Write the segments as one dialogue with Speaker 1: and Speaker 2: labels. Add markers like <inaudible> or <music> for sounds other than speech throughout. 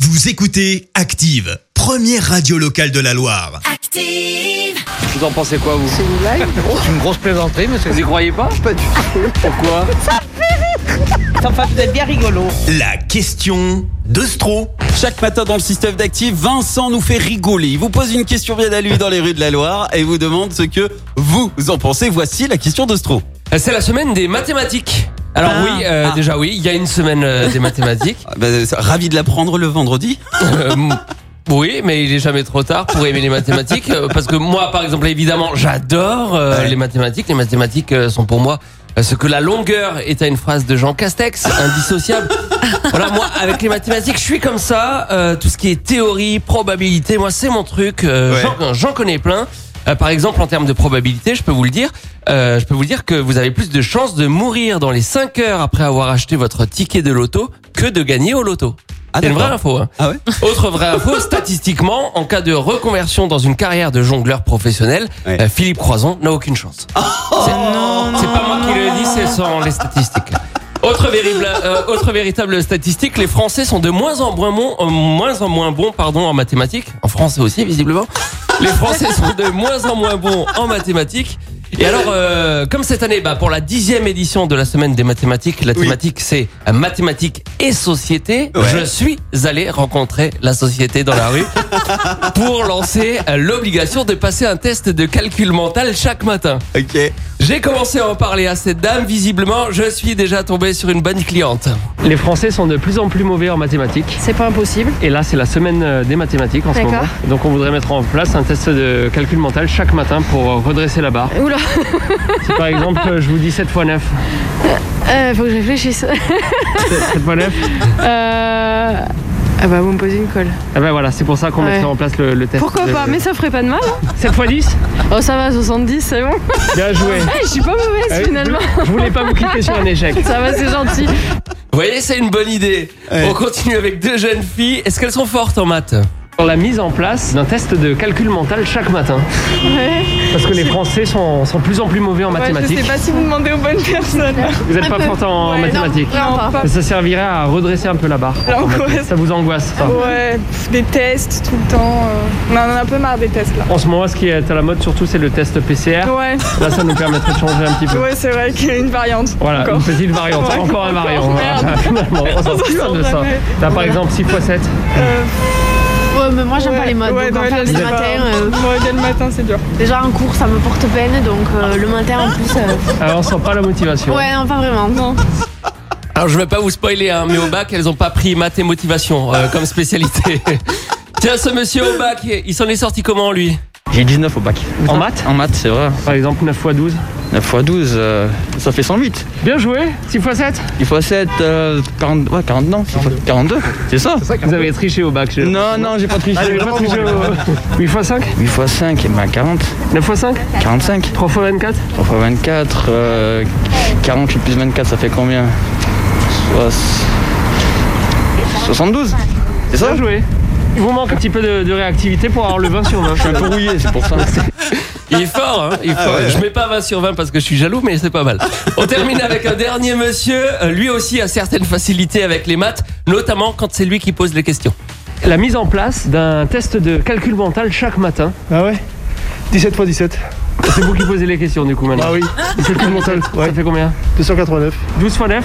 Speaker 1: Vous écoutez Active, première radio locale de la Loire.
Speaker 2: Active.
Speaker 3: Vous en pensez quoi, vous
Speaker 4: C'est une blague
Speaker 5: <laughs>
Speaker 3: C'est une grosse plaisanterie, monsieur. Vous y croyez pas
Speaker 4: Pas du tout.
Speaker 3: Pourquoi
Speaker 4: Enfin, vous êtes bien rigolo.
Speaker 1: La question de Stro.
Speaker 6: Chaque matin dans le système d'actifs, Vincent nous fait rigoler. Il vous pose une question bien à lui dans les rues de la Loire et vous demande ce que vous en pensez. Voici la question de Stro.
Speaker 5: Euh, C'est la semaine des mathématiques. Alors
Speaker 6: Ah.
Speaker 5: oui, euh,
Speaker 6: Ah.
Speaker 5: déjà oui, il y a une semaine euh, des mathématiques.
Speaker 6: Ah, bah, euh, ravi de l'apprendre le vendredi.
Speaker 5: Euh, m- oui, mais il est jamais trop tard pour aimer les mathématiques. euh, parce que moi, par exemple, évidemment, j'adore euh,
Speaker 6: Ouais.
Speaker 5: les mathématiques. Les mathématiques euh, sont pour moi euh, ce que la longueur est à une phrase de Jean Castex, indissociable. voilà, moi, avec les mathématiques, je suis comme ça. euh, tout ce qui est théorie, probabilité, moi, c'est mon truc. euh,
Speaker 6: Ouais.
Speaker 5: j'en- J'en connais plein. Euh, par exemple, en termes de probabilité, je peux vous le dire, euh, je peux vous dire que vous avez plus de chances de mourir dans les 5 heures après avoir acheté votre ticket de loto que de gagner au loto.
Speaker 6: Ah,
Speaker 5: c'est une vraie
Speaker 6: d'accord.
Speaker 5: info. hein.
Speaker 6: Ah ouais
Speaker 5: Autre vraie info, statistiquement, en cas de reconversion dans une carrière de jongleur professionnel,
Speaker 6: Ouais.
Speaker 5: euh, Philippe Croison n'a aucune chance. c'est Oh. c'est pas moi qui le dis, c'est sont les statistiques. Autre véritable, euh, autre véritable statistique, les Français sont de moins en moins, bons- euh, moins en moins bons pardon, en mathématiques, en français aussi visiblement. Les Français sont de moins en moins bons en mathématiques. Et alors, euh, comme cette année, bah, pour la dixième édition de la semaine des mathématiques, la
Speaker 6: Oui.
Speaker 5: thématique c'est euh, mathématiques et société.
Speaker 6: Ouais.
Speaker 5: Je suis allé rencontrer la société dans la rue pour lancer euh, l'obligation de passer un test de calcul mental chaque matin.
Speaker 6: Ok. <laughs>
Speaker 5: J'ai commencé à en parler à cette dame. Visiblement, je suis déjà tombé sur une bonne cliente.
Speaker 3: Les Français sont de plus en plus mauvais en mathématiques.
Speaker 7: C'est pas impossible.
Speaker 3: Et là, c'est la semaine euh, des mathématiques en ce
Speaker 7: D'accord.
Speaker 3: moment. Donc, on voudrait mettre en place un test de calcul mental chaque matin pour euh, redresser la barre.
Speaker 7: Oula, <laughs>
Speaker 3: Si par exemple, euh, je vous dis 7 fois 9,
Speaker 7: euh, faut que je réfléchisse.
Speaker 3: 7 fois 9,
Speaker 7: Euh... Ah bah vous me posez une colle.
Speaker 3: eh ben voilà, c'est pour ça qu'on
Speaker 7: Ouais.
Speaker 3: mettrait en place le, le test.
Speaker 7: Pourquoi
Speaker 3: de-
Speaker 7: pas Mais ça ferait pas de mal. hein.
Speaker 3: 7 fois 10
Speaker 7: Oh ça va, 70, c'est bon.
Speaker 3: Bien
Speaker 7: <laughs>
Speaker 3: joué.
Speaker 7: Eh, je suis pas
Speaker 3: Ah oui,
Speaker 7: mauvaise finalement.
Speaker 3: Je voulais pas vous quitter sur un échec.
Speaker 7: Ça va, c'est gentil.
Speaker 5: Vous voyez, c'est une bonne idée.
Speaker 6: Ouais.
Speaker 5: On continue avec deux jeunes filles. Est-ce qu'elles sont fortes en maths
Speaker 3: Sur la mise en place d'un test de calcul mental chaque matin.
Speaker 7: Ouais.
Speaker 3: Parce que les Français sont, sont de plus en plus mauvais en
Speaker 7: Ouais, je
Speaker 3: mathématiques.
Speaker 7: sais pas si vous demandez aux bonnes personnes.
Speaker 3: Vous n'êtes
Speaker 7: Un
Speaker 3: pas
Speaker 7: peu.
Speaker 3: fort en
Speaker 7: Ouais,
Speaker 3: mathématiques.
Speaker 7: Non, vraiment pas.
Speaker 3: Et ça servirait à redresser un peu la barre.
Speaker 8: L'angoisse.
Speaker 3: Ça vous angoisse, ça
Speaker 8: <laughs> Ouais, pff, des tests tout le temps. euh. On en a un peu marre des tests là.
Speaker 3: En ce moment, ce qui est à la mode surtout, c'est le test PCR.
Speaker 8: Ouais,
Speaker 3: Là, ça nous permettrait de changer un petit peu.
Speaker 8: ouais c'est vrai qu'il y a une variante.
Speaker 3: Voilà,
Speaker 8: encore.
Speaker 3: une petite variante,
Speaker 8: Ouais.
Speaker 3: encore un variant.
Speaker 8: Encore,
Speaker 3: voilà. <laughs> Finalement, on s'en
Speaker 8: s'en
Speaker 3: fout hein,
Speaker 8: sort
Speaker 3: de ça.
Speaker 8: jamais.
Speaker 3: Là, par exemple, 6 x 7.
Speaker 8: Euh,
Speaker 9: Ouais, mais moi j'aime pas
Speaker 8: ouais,
Speaker 9: les modes.
Speaker 8: ouais,
Speaker 9: donc
Speaker 8: non,
Speaker 9: en faire
Speaker 8: je
Speaker 9: des
Speaker 8: sais pas.
Speaker 9: matins, euh,
Speaker 8: Ouais, dès le matin, c'est dur.
Speaker 9: déjà un cours ça me porte peine, donc euh, le matin
Speaker 7: Ah.
Speaker 9: en plus. euh,
Speaker 3: Alors, on sent pas la motivation.
Speaker 9: Ouais, non, pas vraiment. Non.
Speaker 5: Alors, je vais pas vous spoiler, hein, mais au bac, elles ont pas pris maths et motivation euh, comme
Speaker 10: <laughs>
Speaker 5: spécialité. Tiens, ce monsieur au bac, il s'en est sorti comment, lui
Speaker 11: J'ai 19 au bac.
Speaker 3: En maths,
Speaker 11: En maths, c'est vrai.
Speaker 3: par exemple, 9 x 12.
Speaker 11: 9 x 12, euh, ça fait 108.
Speaker 3: Bien joué, 6 x 7.
Speaker 11: Il faut 7, 40, ouais, 40, non, c'est pas- 42, c'est ça
Speaker 3: Vous avez triché au bac, je...
Speaker 11: Non, non, j'ai pas
Speaker 3: Vous
Speaker 11: triché.
Speaker 3: avez pas triché
Speaker 11: <laughs>
Speaker 3: au... 8 x 5
Speaker 11: 8 x 5, bah 40,
Speaker 3: 9 x 5
Speaker 11: 45.
Speaker 3: 3 x 24
Speaker 11: 3 x 24, euh, 48 plus 24, ça fait combien Soix- 72 C'est ça
Speaker 3: Bien joué. Il vous manque un petit peu de, de réactivité pour avoir le 20 sur 20.
Speaker 11: Je suis un peu rouillé, c'est pour ça.
Speaker 3: <laughs>
Speaker 5: Il est fort, hein il est
Speaker 10: Ah
Speaker 5: fort. Je mets pas 20 sur 20 parce que je suis jaloux, mais c'est pas mal. On termine avec un dernier monsieur. Euh, Lui aussi a certaines facilités avec les maths, notamment quand c'est lui qui pose les questions.
Speaker 3: La mise en place d'un test de calcul mental chaque matin.
Speaker 10: Ah ouais 17 x 17.
Speaker 3: C'est vous qui posez les questions du coup maintenant.
Speaker 10: Ah oui,
Speaker 3: Le calcul mental, ça
Speaker 10: Ouais.
Speaker 3: fait combien
Speaker 10: 289.
Speaker 3: 12 fois 9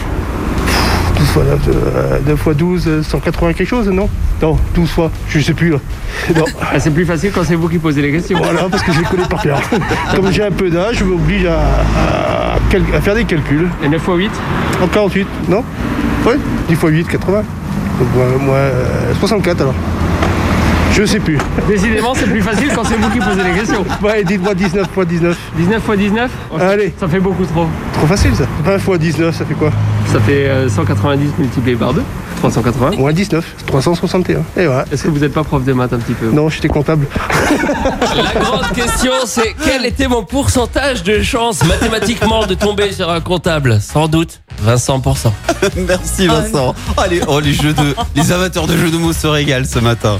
Speaker 10: 12 fois 9, 2 fois 12, euh, 180 quelque chose, non Non, 12 fois, je sais plus là. Non, <laughs>
Speaker 3: Ah, C'est plus facile quand c'est vous qui posez les questions.
Speaker 10: voilà, parce que je les connais par cœur. Comme j'ai un peu d'âge, je m'oblige à, à cal- à faire des calculs.
Speaker 3: Et 9 fois 8
Speaker 10: En 48, non Ouais, 10 fois 8, 80. Donc moi, moi, euh, 64 alors. Je sais plus.
Speaker 3: Décidément, c'est plus facile quand c'est vous qui posez les questions.
Speaker 10: Ouais, dites-moi 19 x 19.
Speaker 3: 19 fois 19 Oh,
Speaker 10: Allez.
Speaker 3: Ça fait beaucoup trop.
Speaker 10: Trop facile ça. 20 x 19, ça fait quoi
Speaker 3: Ça fait euh, 190 multiplié par 2. 380.
Speaker 10: Moins 19, 361. Et voilà.
Speaker 3: Est-ce que vous n'êtes pas prof de maths un petit peu
Speaker 10: Non, j'étais comptable.
Speaker 5: La grande question, c'est quel était mon pourcentage de chance mathématiquement de tomber sur un comptable Sans doute 25%.
Speaker 6: Merci Vincent. Allez, oh, les jeux de, les amateurs de jeux de mots se régalent ce matin.